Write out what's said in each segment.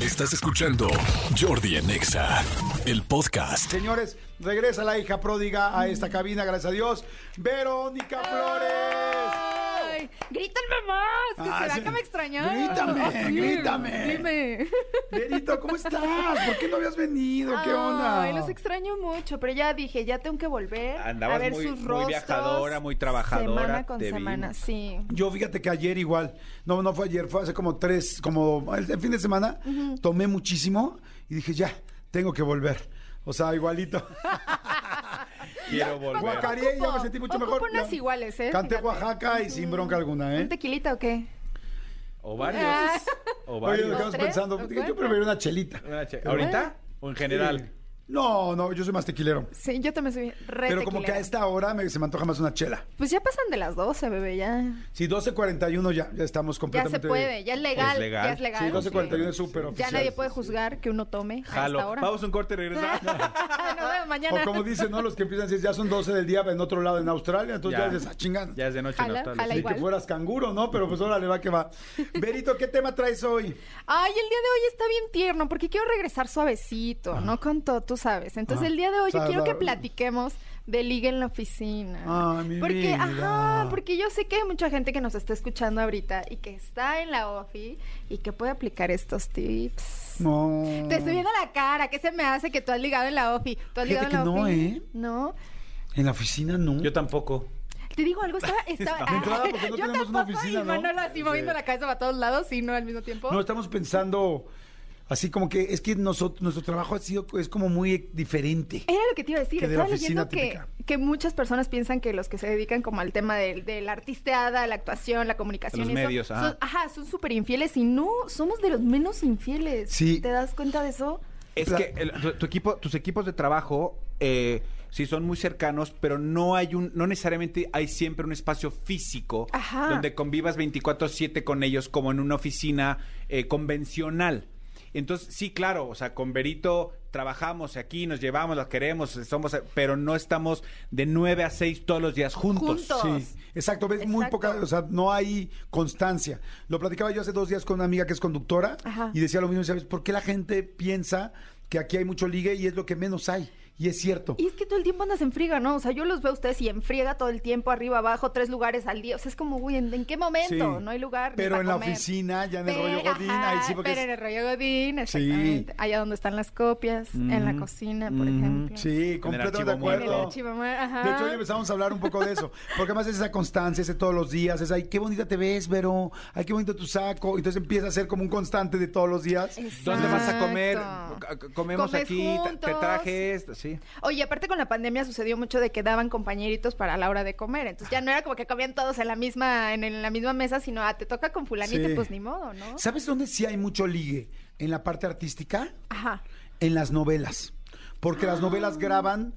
Estás escuchando Jordi en Exa, el podcast. Señores, regresa la hija pródiga a Mm. esta cabina, gracias a Dios. Verónica Ah. Flores. Ay, ¡Grítenme más! Que Ah, será sí. que me extrañaron. Grítame, Así, grítame. Dime. Verito, ¿cómo estás? ¿Por qué no habías venido? ¿Qué onda? Ay, los extraño mucho, pero ya dije, ya tengo que volver Andabas a ver muy- sus muy rostros. viajadora, muy trabajadora, Semana con te semana, vimos. sí. Yo fíjate que ayer igual, no, no fue ayer, fue hace como tres, como el, el fin de semana, tomé muchísimo y dije, ya, tengo que volver. O sea, igualito. Quiero volver. Guacareé y ya Ocupo- me sentí mucho ocupo mejor. unas Ya. iguales, ¿eh? Canté Fíjate. Oaxaca y sin bronca alguna, ¿eh? ¿Un tequilita o qué? O varios. Ah. O Oye, nos varios. quedamos ¿O tres? pensando, ¿O yo cuatro? prefiero una chelita. Una che- ¿Ahorita? ¿O en general? No, no, yo soy más tequilero. Sí, yo también soy re Pero como que a tequilera. esta hora me- se me antoja más una chela. Pues ya pasan de las 12, bebé, ya. Sí, 12.41 ya, ya estamos Ya completamente... se puede, ya es legal. Es legal. Ya es legal. Sí, 12.41 es sí. súper Ya oficial. nadie puede juzgar que uno tome a esta Jalo. hora. Vamos a un corte y regresamos. Nos vemos mañana. O como dicen, ¿no? Los que empiezan a decir, ya son 12 del día en otro lado, en Australia, entonces ya, Ya. dices, ah, chingan. Ya es de noche. Jala, no, tal jala vez. Ni igual. que fueras canguro, ¿no? Pero pues ahora le va que va. Berito, ¿qué tema traes hoy? Ay, el día de hoy está bien tierno porque quiero regresar suavecito, no con todo, tú sabes. Entonces Ajá. el día de hoy O sea, yo quiero que la- platiquemos de liga en la oficina. Ay, mi porque, vida. ajá, porque yo sé que hay mucha gente que nos está escuchando ahorita y que está en la ofi y que puede aplicar estos tips. No. Te estoy viendo la cara, ¿qué se me hace que tú has ligado en la ofi? ¿Tú has Fíjate ligado en que la no, ofi? ¿eh? No. En la oficina no. Yo tampoco. Te digo algo, estaba, estaba De entrada, porque no yo tenemos una tampoco oficina, ¿no? y Manolo así moviendo la cabeza para todos lados y no al mismo tiempo. No, estamos pensando así como que es que nosotros, nuestro trabajo ha sido, es como muy diferente. Era lo que te iba a decir. Que de la Estaba leyendo oficina que, típica. que muchas personas piensan que los que se dedican como al tema de, de la artisteada, la actuación, la comunicación. Los y eso, medios, ajá. Son, ajá, son súper infieles y no, somos de los menos infieles. Sí. ¿Te das cuenta de eso? Es Pla- que el- tu, tu equipo, tus equipos de trabajo eh, sí son muy cercanos, pero no hay un, no necesariamente hay siempre un espacio físico Ajá. donde convivas 24/7 con ellos como en una oficina eh, convencional. Entonces sí, claro, o sea, con Berito trabajamos aquí, nos llevamos, las queremos, somos, pero no estamos de 9 a 6 todos los días juntos. Juntos. Sí, exacto, ves muy Exacto. poca, o sea, no hay constancia. Lo platicaba yo hace dos días con una amiga que es conductora Ajá. y decía lo mismo, ¿sabes? ¿Por qué la gente piensa que aquí hay mucho ligue y es lo que menos hay? Y es cierto. Y es que todo el tiempo andas en friega, ¿no? O sea, yo los veo a ustedes y en friega todo el tiempo, arriba, abajo, tres lugares al día. O sea, es como, güey, ¿en, en qué momento? Sí. No hay lugar. ni Pero para en la comer. oficina, ya en el Pero, rollo Godín, ajá, ahí sí porque Pero es- en el rollo Godín, Sí. exactamente. Allá donde están las copias, en la cocina, por ejemplo. Sí, completamente archivo de En el acuerdo. archivamar, ajá. De hecho, hoy empezamos a hablar un poco de eso. Porque además es esa constancia, ese todos los días, es ay, qué bonita te ves, Vero, ay, qué bonito tu saco. Entonces empieza a ser como un constante de todos los días. ¿Dónde vas a comer? Exacto. C- c- Comemos Comes aquí, te- te juntos. traje esto, sí. Oye, aparte con la pandemia sucedió mucho de que daban compañeritos para la hora de comer. Entonces ya no era como que comían todos en la misma, en, en la misma mesa, sino ah, te toca con fulanito, Sí. pues ni modo, ¿no? ¿Sabes dónde sí hay mucho ligue? En la parte artística, Ajá. en las novelas. Porque las Ah. novelas graban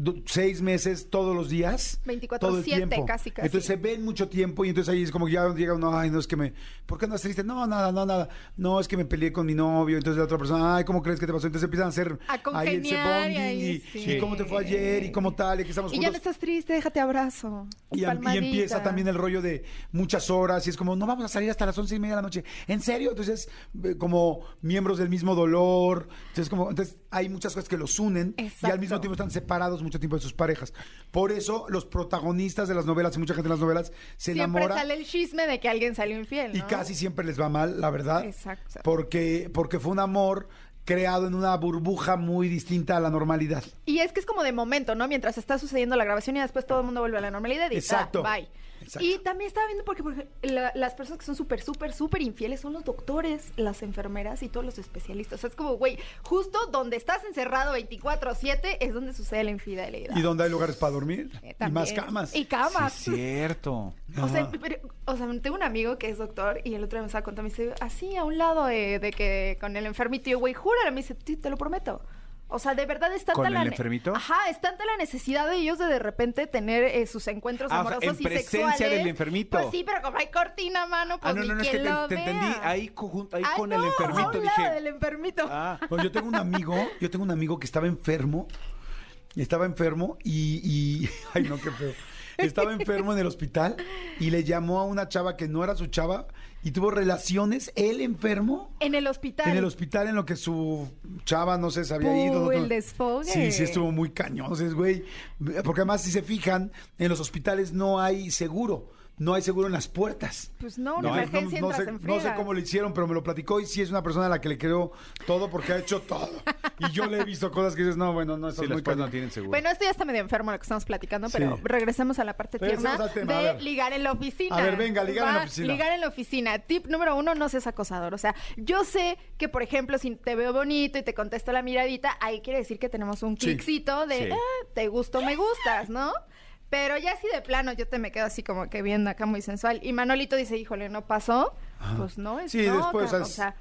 du- seis meses todos los días. 24/7 todo el tiempo. casi, casi. Entonces se ven mucho tiempo y entonces ahí es como que ya llega uno, ay, no es que me. ¿Por qué andas triste? No, nada, no, nada. No, es que me peleé con mi novio. Entonces la otra persona, ay, ¿cómo crees que te pasó? Entonces empiezan a hacer A ahí ese congeniar y bonding ahí y, sí. y cómo te fue ayer y cómo tal, y que estamos Y ya no juntos. estás triste, déjate abrazo. Y, a- y palmadita. empieza también el rollo de muchas horas y es como, no vamos a salir hasta las once y media de la noche. ¿En serio? Entonces, eh, como miembros del mismo dolor. Entonces, como, entonces hay muchas cosas que los unen y al Exacto. mismo tiempo están separados mucho tiempo de sus parejas. Por eso los protagonistas de las novelas y mucha gente de las novelas se Siempre enamora sale el chisme de que alguien salió infiel, y ¿no? casi siempre les va mal, la verdad. Exacto. Porque, porque fue un amor creado en una burbuja muy distinta a la normalidad. Y es que es como de momento, ¿no? Mientras está sucediendo la grabación y después todo el mundo vuelve a la normalidad y Exacto. ta, bye. Exacto. Y también estaba viendo porque, por ejemplo, la- las personas que son súper, súper, súper infieles son los doctores, las enfermeras y todos los especialistas. O sea, es como, güey, justo donde estás encerrado 24-7 es donde sucede la infidelidad. Y donde hay lugares para dormir Eh, y también. más camas. Y camas. Sí, cierto. O sea, Ajá. pero- o sea, tengo un amigo que es doctor y el otro día me estaba contando, me dice, así a un lado eh, de que con el enfermito, y yo, güey, júralo, me dice, "Sí, te lo prometo. O sea, de verdad es tanta ¿Con la el ne- enfermito? Ajá, es tanta la necesidad de ellos de de repente tener eh, sus encuentros Ah, o sea, amorosos en y presencia sexuales. del enfermito. Pues sí, pero como hay cortina, mano, pues ah, no, ni no, no, es que quien te, lo te vea. entendí ahí conjun- ahí Ah, con no, el a enfermito. un Dije, lado del enfermito. ah, Bueno, yo tengo un amigo, yo tengo un amigo que estaba enfermo, estaba enfermo y, y- ay no, qué feo. Estaba enfermo en el hospital y le llamó a una chava que no era su chava y tuvo relaciones, él enfermo, En el hospital. en el hospital en lo que su chava, no sé, se había ido. Puh, no- el desfogue. Sí, sí, estuvo muy cañón. o sea, güey, porque además, si se fijan, en los hospitales no hay seguro. No hay seguro en las puertas. Pues no, una hay- emergencia no entras sé, en no sé friega. cómo lo hicieron, pero me lo platicó y sí es una persona a la que le creo todo porque ha hecho todo. Y yo le he visto cosas que dices, no, bueno, no, estás Sí, las muy cosas no cañón. tienen seguro. Bueno, esto ya está medio enfermo lo que estamos platicando, pero Sí. regresemos a la parte Regresemos tierna al tema, a de ver. ligar en la oficina. A ver, venga, ligar en la Va, oficina. Ligar en la oficina. Tip número uno, no seas acosador. O sea, yo sé que, por ejemplo, si te veo bonito y te contesto la miradita, ahí quiere decir que tenemos un Sí. cliccito de Sí. "Ah, te gusto, me gustas, ¿no? Pero ya así de plano yo te me quedo así como que viendo acá muy sensual. Y Manolito dice, híjole, ¿no pasó? Pues no, es Ah. Sí, no, después, cabrón, o o sea, sea,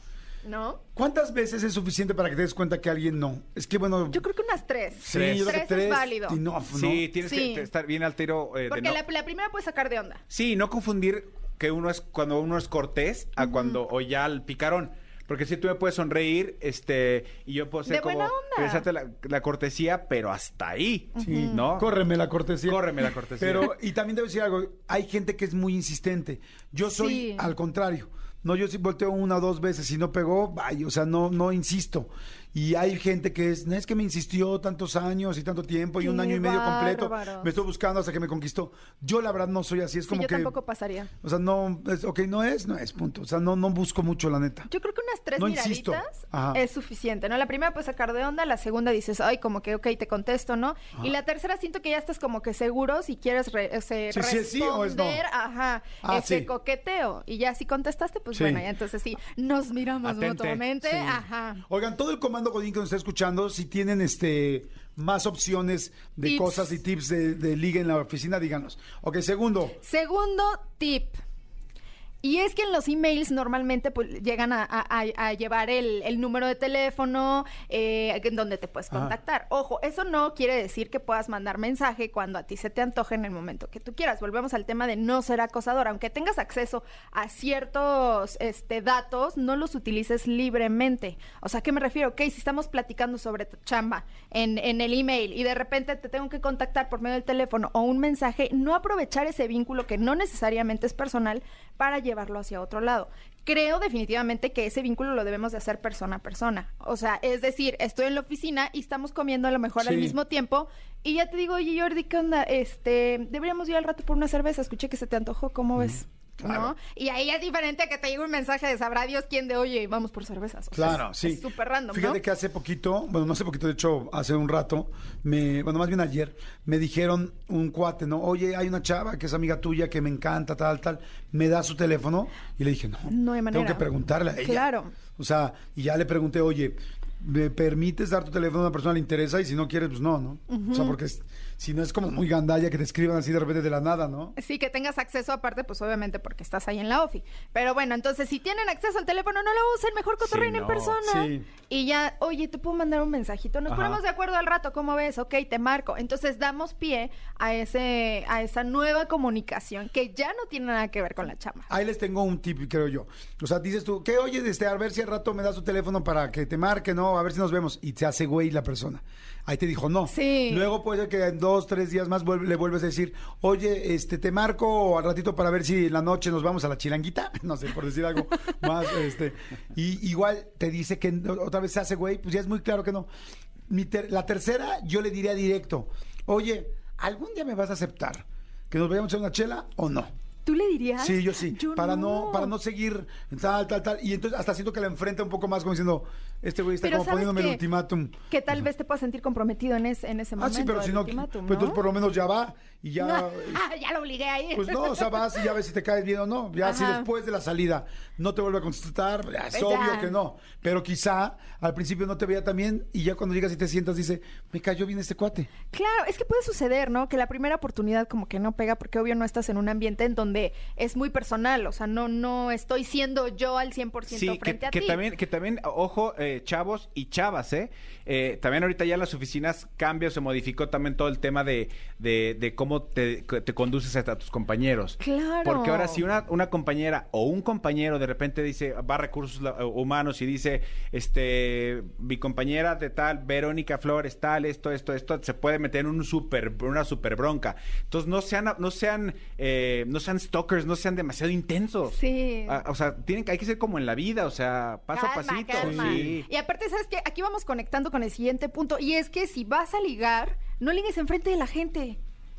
¿no? ¿Cuántas veces es suficiente para que te des cuenta que alguien no? Es que bueno, Yo creo que unas tres. sí, tres. yo creo que Tres es válido. y no, ¿no? Sí, tienes Sí. que estar bien altero. eh, de Porque no- la, la primera puede sacar de onda. Sí, no confundir que uno es cuando uno es cortés a cuando o ya al picarón. Porque si tú me puedes sonreír, este, y yo puedo ser De como buena onda. regresarte la, la cortesía, pero hasta ahí, Sí, ¿no? Córreme la cortesía. Córreme la cortesía. Pero, y también te voy a decir algo, hay gente que es muy insistente. Yo soy Sí. al contrario. No, yo sí volteo una o dos veces, si no pegó, vaya, o sea, no, no insisto. Y hay gente que es, no es que me insistió tantos años y tanto tiempo y un Qué año y medio completo. bárbaros. Me estoy buscando hasta que me conquistó. Yo la verdad no soy así, es Sí, como yo que. tampoco pasaría. O sea, no, es, ok, no es, no es, punto. O sea, no, no busco mucho, la neta. Yo creo que unas tres No insisto. miraditas Ajá. es suficiente, ¿no? La primera puedes sacar de onda, la segunda dices, ay, como que, ok, te contesto, ¿no? Y la tercera siento que ya estás como que seguro si quieres re- ese, Sí, sí responder, es sí o es no. ajá, Ah, ese sí. coqueteo. Y ya si contestaste, pues Sí. bueno, ya entonces sí, nos miramos Atente. mutuamente, Sí. ajá. Oigan, todo el comando Godín que nos está escuchando, si tienen este más opciones de Tips. cosas y tips de, de liga en la oficina, díganos. Ok, segundo. Segundo tip. Y es que en los emails normalmente pues, llegan a, a- a- a llevar el, el número de teléfono eh, en donde te puedes Ajá. contactar. Ojo, eso no quiere decir que puedas mandar mensaje cuando a ti se te antoje en el momento que tú quieras. Volvemos al tema de no ser acosador. Aunque tengas acceso a ciertos este, datos, no los utilices libremente. O sea, ¿a ¿qué me refiero? Ok, si estamos platicando sobre tu chamba en, en el email y de repente te tengo que contactar por medio del teléfono o un mensaje, no aprovechar ese vínculo que no necesariamente es personal para llevarlo hacia otro lado. Creo definitivamente que ese vínculo lo debemos de hacer persona a persona. O sea, es decir, estoy en la oficina y estamos comiendo a lo mejor al Sí. mismo tiempo y ya te digo, oye Jordi, ¿qué onda? Este, deberíamos ir al rato por una cerveza, escuché que se te antojó, ¿cómo ves? ¿No? Y ahí es diferente a que te llegue un mensaje de sabrá Dios quién de, oye, vamos por cervezas. O sea, Claro, es- sí. Es súper random, Fíjate ¿no? que hace poquito, bueno, no hace poquito, de hecho, hace un rato, me, bueno, más bien ayer, me dijeron un cuate, ¿no? Oye, hay una chava que es amiga tuya, que me encanta, tal, tal. Me da su teléfono y le dije, no, No hay manera. tengo que preguntarle a ella. Claro. O sea, y ya le pregunté, oye, ¿me permites dar tu teléfono a una persona que le interesa? Y si no quieres, pues no, ¿no? O sea, porque es- si no es como muy gandalla que te escriban así de repente de la nada, ¿no? Sí, que tengas acceso aparte, pues obviamente porque estás ahí en la OFI. Pero bueno, entonces si tienen acceso al teléfono, no lo usen, mejor cotorreen Sí, en no, persona. sí. Y ya, oye, te puedo mandar un mensajito, nos Ajá. ponemos de acuerdo al rato, ¿cómo ves? Ok, te marco. Entonces damos pie a ese, a esa nueva comunicación que ya no tiene nada que ver con la chamba. Ahí les tengo un tip, creo yo. O sea, dices tú, ¿qué oye? Este, a ver si al rato me das tu teléfono para que te marque, ¿no? A ver si nos vemos. Y te hace güey la persona. Ahí te dijo no. Sí. Luego puede ser que en dos, tres días más vuelve- le vuelves a decir, oye, este, te marco al ratito para ver si en la noche nos vamos a la chilanguita. No sé, por decir algo más. Este. Y igual te dice que no- otra vez se hace güey, pues ya es muy claro que no. Mi ter- la tercera, yo le diría directo, oye, ¿algún día me vas a aceptar que nos vayamos a echar una chela o no? ¿Tú le dirías? Sí, yo sí. Yo para no. para no seguir tal, tal, tal. Y entonces hasta siento que la enfrenta un poco más como diciendo, este güey está Pero como ¿sabes poniéndome el qué? ultimátum. Que tal vez te puedas sentir comprometido en ese, en ese Ah, momento. sí, pero del si no, ultimátum, pues ¿no? entonces por lo menos ya va y ya... Ah, ya lo obligué ahí. Pues no, o sea, vas y ya ves si te caes bien o no. Ya si Ajá. después de la salida no te vuelve a contestar, ya es Pues obvio ya. que no. Pero quizá al principio no te veía tan bien y ya cuando llegas y te sientas dice, me cayó bien este cuate. Claro, es que puede suceder, ¿no? Que la primera oportunidad como que no pega porque obvio no estás en un ambiente en donde donde es muy personal, o sea, no, no estoy siendo yo al 100% Sí, que, frente a que ti. también, que también, ojo, eh, chavos y chavas, ¿eh? Eh, También ahorita ya en las oficinas cambia, se modificó también todo el tema de, de, de cómo te, te conduces hasta tus compañeros. Claro. Porque ahora si una, una compañera o un compañero de repente dice, va a recursos la- eh, humanos y dice, este, mi compañera de tal, Verónica Flores, tal, esto, esto, esto, se puede meter en un super, una super bronca. Entonces no sean, no sean, eh, no sean stalkers, no sean demasiado intensos. Sí. Ah, o sea, tienen, que- hay que ser como en la vida, o sea, paso a Eh, Calma, pasito. calma. Sí. Y aparte, ¿sabes qué? Aquí vamos conectando con el siguiente punto. Y es que si vas a ligar, no ligues enfrente de la gente.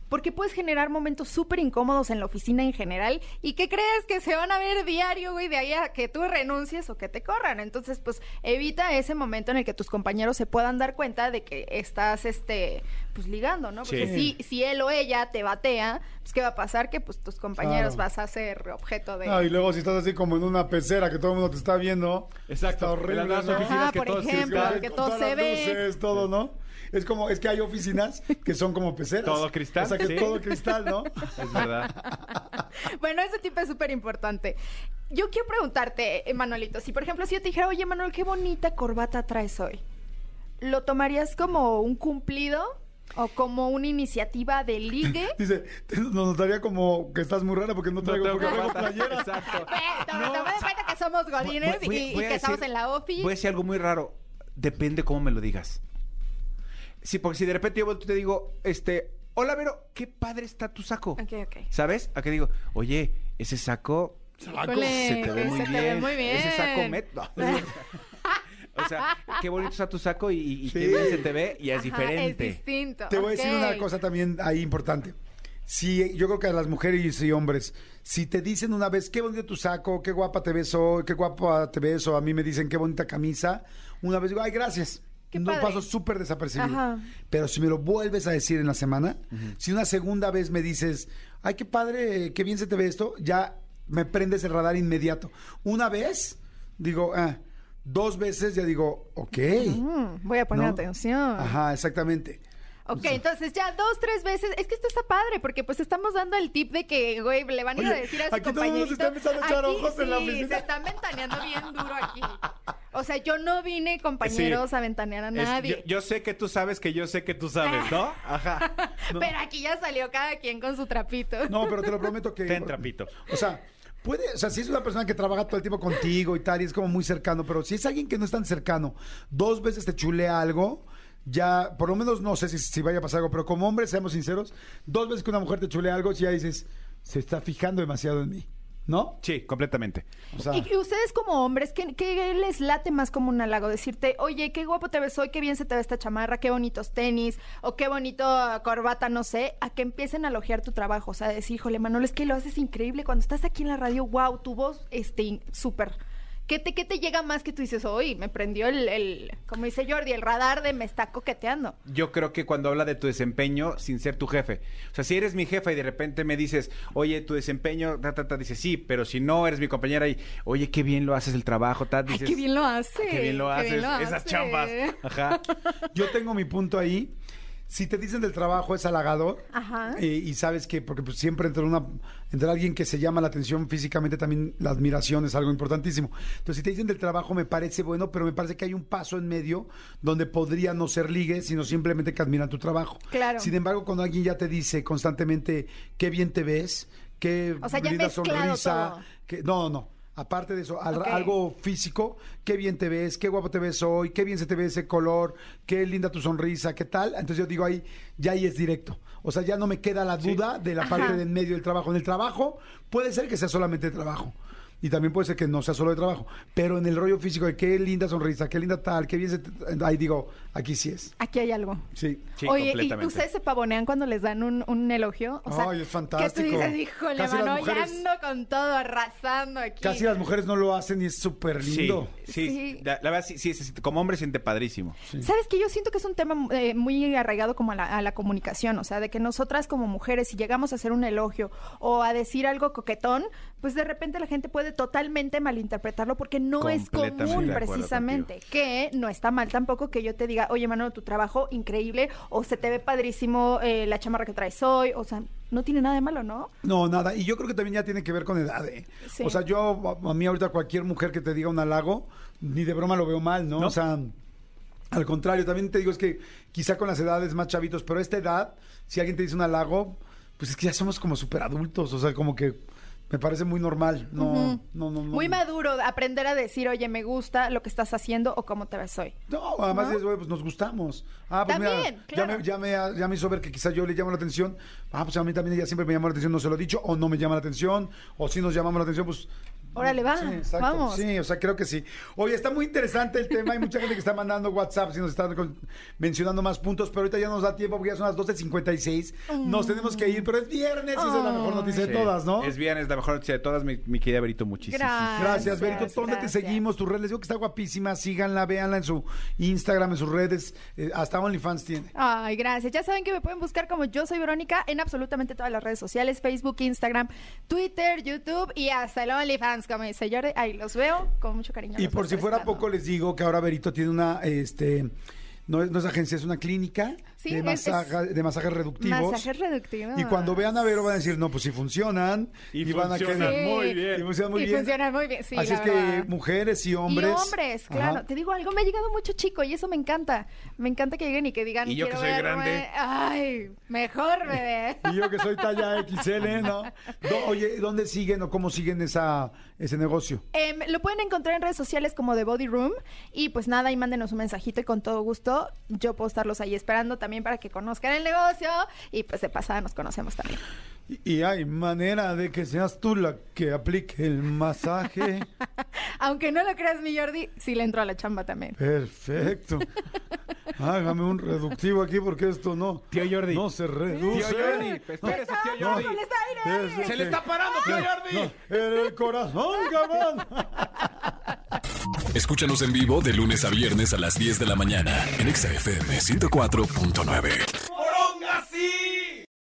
Porque puedes generar momentos súper incómodos en la oficina en general. ¿Y qué crees que se van a ver diario, güey? De ahí a que tú renuncies o que te corran. Entonces, pues, evita ese momento en el que tus compañeros se puedan dar cuenta de que estás, este, pues, ligando, ¿no? Porque Sí. si, si él o ella te batea, pues, ¿qué va a pasar? Que, pues, tus compañeros Claro. vas a ser objeto de... No, y luego si estás así como en una pecera que todo el mundo te está viendo. Exacto, Está horrible. en las ¿no? oficinas Ajá, que Ah, por todos ejemplo, tienen que- que Con todo todas se las ve. luces, todo, ¿no? Es como, es que hay oficinas que son como peceras. Todo cristal, O sea, que sí. es todo cristal, ¿no? Es verdad. Bueno, ese tipo es súper importante. Yo quiero preguntarte, eh, Manolito, si por ejemplo si yo te dijera, oye Manuel, qué bonita corbata traes hoy, ¿lo tomarías como un cumplido o como una iniciativa de ligue? Dice, nos notaría como que estás muy rara porque no traigo, porque traigo corbata. playera. Exacto. Ve, toma- toma en cuenta que somos godines Voy- voy- y- y, voy a que estamos decir- en la office. Voy a decir algo muy raro. Depende cómo me lo digas. Sí, porque si de repente yo vuelto y te digo, este, hola Vero, qué padre está tu saco. Ok, ok. ¿Sabes? A que digo, oye, ese saco Híjole, se te ve que muy se te ve bien. muy bien. Ese saco met. no. o sea, qué bonito está tu saco y, y- y qué Sí. bien se te ve y es Ajá, diferente. Es distinto. Te voy a decir ok. una cosa también ahí importante. Si, yo creo que a las mujeres y hombres, si te dicen una vez, qué bonito tu saco, qué guapa te ves hoy, qué guapa te ves, o a mí me dicen, qué bonita camisa, una vez digo, ay, gracias. Qué no padre. paso súper desapercibido. Ajá. Pero si me lo vuelves a decir en la semana, si una segunda vez me dices, ay, qué padre, qué bien se te ve esto, ya me prendes el radar inmediato. Una vez, digo, ah, dos veces ya digo, ok. Mm, voy a poner ¿no? atención. Ajá, exactamente. Ok, entonces ya dos, tres veces. Es que esto está padre, porque pues estamos dando el tip de que, güey, le van a ir a Oye, decir a su aquí todo el mundo se compañerito, está empezando a echar "Aquí ojos en la sí, oficina". Se están ventaneando bien duro aquí. O sea, yo no vine, compañeros, Sí. a ventanear a Es- nadie. yo, yo sé que tú sabes que yo sé que tú sabes, ¿no? Ajá. No. Pero aquí ya salió cada quien con su trapito. No, pero te lo prometo que. Ten trapito. O sea, puede, o sea, si es una persona que trabaja todo el tiempo contigo y tal, y es como muy cercano, pero si es alguien que no es tan cercano, dos veces te chulea algo. Ya, por lo menos no sé si, si vaya a pasar algo, pero como hombre, seamos sinceros, dos veces que una mujer te chulea algo, si ya dices, se está fijando demasiado en mí, ¿no? Sí, completamente. O sea, ¿Y, y ustedes como hombres, ¿qué, qué les late más como un halago? Decirte, oye, qué guapo te ves hoy, qué bien se te ve esta chamarra, qué bonitos tenis, o qué bonito ah, corbata, no sé, a que empiecen a elogiar tu trabajo. O sea, decir, híjole, Manuel, es que lo haces increíble. Cuando estás aquí en la radio, wow, tu voz, este, in- súper. ¿Qué te, ¿Qué te llega más que tú dices, hoy me prendió el, el, como dice Jordi, el radar de me está coqueteando? Yo creo que cuando habla de tu desempeño sin ser tu jefe. O sea, si eres mi jefa y de repente me dices, oye, tu desempeño, ta, ta, ta, dices, sí, pero si no eres mi compañera y, oye, qué bien lo haces el trabajo, ta, Ay, dices. "Ah, qué bien lo hace. "Qué bien lo haces, esas hace". chambas. Ajá. yo tengo mi punto ahí. Si te dicen del trabajo es halagador Ajá. eh, y sabes que, porque pues, siempre entre, una, entre alguien que se llama la atención físicamente también la admiración es algo importantísimo. Entonces, si te dicen del trabajo me parece bueno, pero me parece que hay un paso en medio donde podría no ser ligue, sino simplemente que admiran tu trabajo. Claro. Sin embargo, cuando alguien ya te dice constantemente qué bien te ves, qué O sea, ya linda mezclado sonrisa, todo. que no, no. Aparte de eso, al- Ok. algo físico, qué bien te ves, qué guapo te ves hoy, qué bien se te ve ese color, qué linda tu sonrisa, qué tal. Entonces yo digo ahí, ya ahí es directo. O sea, ya no me queda la duda de la parte Ajá. de en medio del trabajo. En el trabajo puede ser que sea solamente de trabajo. Y también puede ser que no sea solo de trabajo. Pero en el rollo físico de qué linda sonrisa, qué linda tal, qué bien se te- Ahí digo, aquí sí es. Aquí hay algo. Sí. Sí, Oye, ¿y completamente. ustedes se pavonean cuando les dan un, un elogio? O sea, Ay, es Que fantástico. tú dices, híjole, Casi las mano, ya mujeres- ando con todo arrasando aquí. Casi las mujeres no lo hacen y es súper Sí, lindo. sí, Sí. La, la verdad, sí, sí, sí, como hombre siente padrísimo. ¿Sabes que Yo siento que es un tema eh, muy arraigado como a la, a la comunicación, o sea, de que nosotras como mujeres, si llegamos a hacer un elogio o a decir algo coquetón, pues de repente la gente puede totalmente malinterpretarlo porque no es Completamente común de acuerdo precisamente. Que no está mal tampoco que yo te diga, oye, Manolo, tu trabajo increíble, o se te ve padrísimo eh, la chamarra que traes hoy, o sea, No tiene nada de malo, ¿no? No, nada. Y yo creo que también ya tiene que ver con edad. ¿eh? Sí. O sea, yo, a a mí ahorita cualquier mujer que te diga un halago, ni de broma lo veo mal, ¿no? ¿No? O sea, al contrario, también te digo, es que quizá con las edades más chavitos, pero a esta edad, si alguien te dice un halago, pues es que ya somos como super adultos. O sea, como que me parece muy normal. No, Ujú. no, no, no. Muy maduro de aprender a decir, oye, me gusta lo que estás haciendo o cómo te ves hoy. No, además ¿No? dices, "Oye, pues nos gustamos. Ah, pues También, mira, claro. ya, me, ya, me, ya me hizo ver que quizás yo le llamo la atención. Ah, pues a mí también ella siempre me llama la atención, no se lo he dicho, o no me llama la atención, o si nos llamamos la atención, pues... Órale, va, Sí, exacto. vamos. Sí, o sea, creo que sí. Oye, está muy interesante el tema, hay mucha gente que está mandando WhatsApp y nos están con- mencionando más puntos, pero ahorita ya nos da tiempo porque ya son las 12.56, nos Mm. tenemos que ir, pero es viernes y esa es la mejor noticia de Sí. todas, ¿no? Es bien, es la mejor noticia de todas, mi, mi querida Berito, muchísimo. Gracias, Berito. ¿Dónde te seguimos? Tus redes. Digo que está guapísima. Síganla, véanla en su Instagram, en sus redes. eh, hasta OnlyFans tiene. Ay, gracias. Ya saben que me pueden buscar como yo soy Verónica en absolutamente todas las redes sociales, Facebook, Instagram, Twitter, YouTube y hasta el OnlyFans, como dice Jordi. Ahí los veo con mucho cariño. Y los por voy si fuera prestando. poco, les digo que ahora Berito tiene una. este no es, no es agencia, es una clínica Sí, de, es- masaja- de masajes reductivos. Masajes reductivos. Y cuando vean a Vero van a decir, no, pues sí funcionan. Y van a funcionan quedar- muy bien. Y funcionan muy Y bien. funcionan muy bien, sí, Así la es que verdad. mujeres y hombres. Y hombres, claro. Ajá. Te digo algo, me ha llegado mucho chico y eso me encanta. Me encanta que lleguen y que digan, Y yo que quiero soy verme- grande. Ay, mejor bebé. Y yo que soy talla XL, ¿no? Do- oye, ¿dónde siguen o cómo siguen esa, ese negocio? Em, lo pueden encontrar en redes sociales como The Body Room. Y pues nada, ahí mándenos un mensajito y con todo gusto yo puedo estarlos ahí esperando también para que conozcan el negocio. Y pues de pasada nos conocemos también. Y y hay manera de que seas tú la que aplique el masaje. Aunque no lo creas, mi Jordi, sí le entro a la chamba también. Perfecto. Hágame un reductivo aquí porque esto no. Tío Jordi. No se reduce. Tío Jordi, espérese, tío No, Jordi. no le está aire, aire. Es ¡Se le que- está parando, tío Jordi! No, en el corazón, cabrón. Escúchanos en vivo de lunes a viernes a las 10 de la mañana en Exa FM 104.9.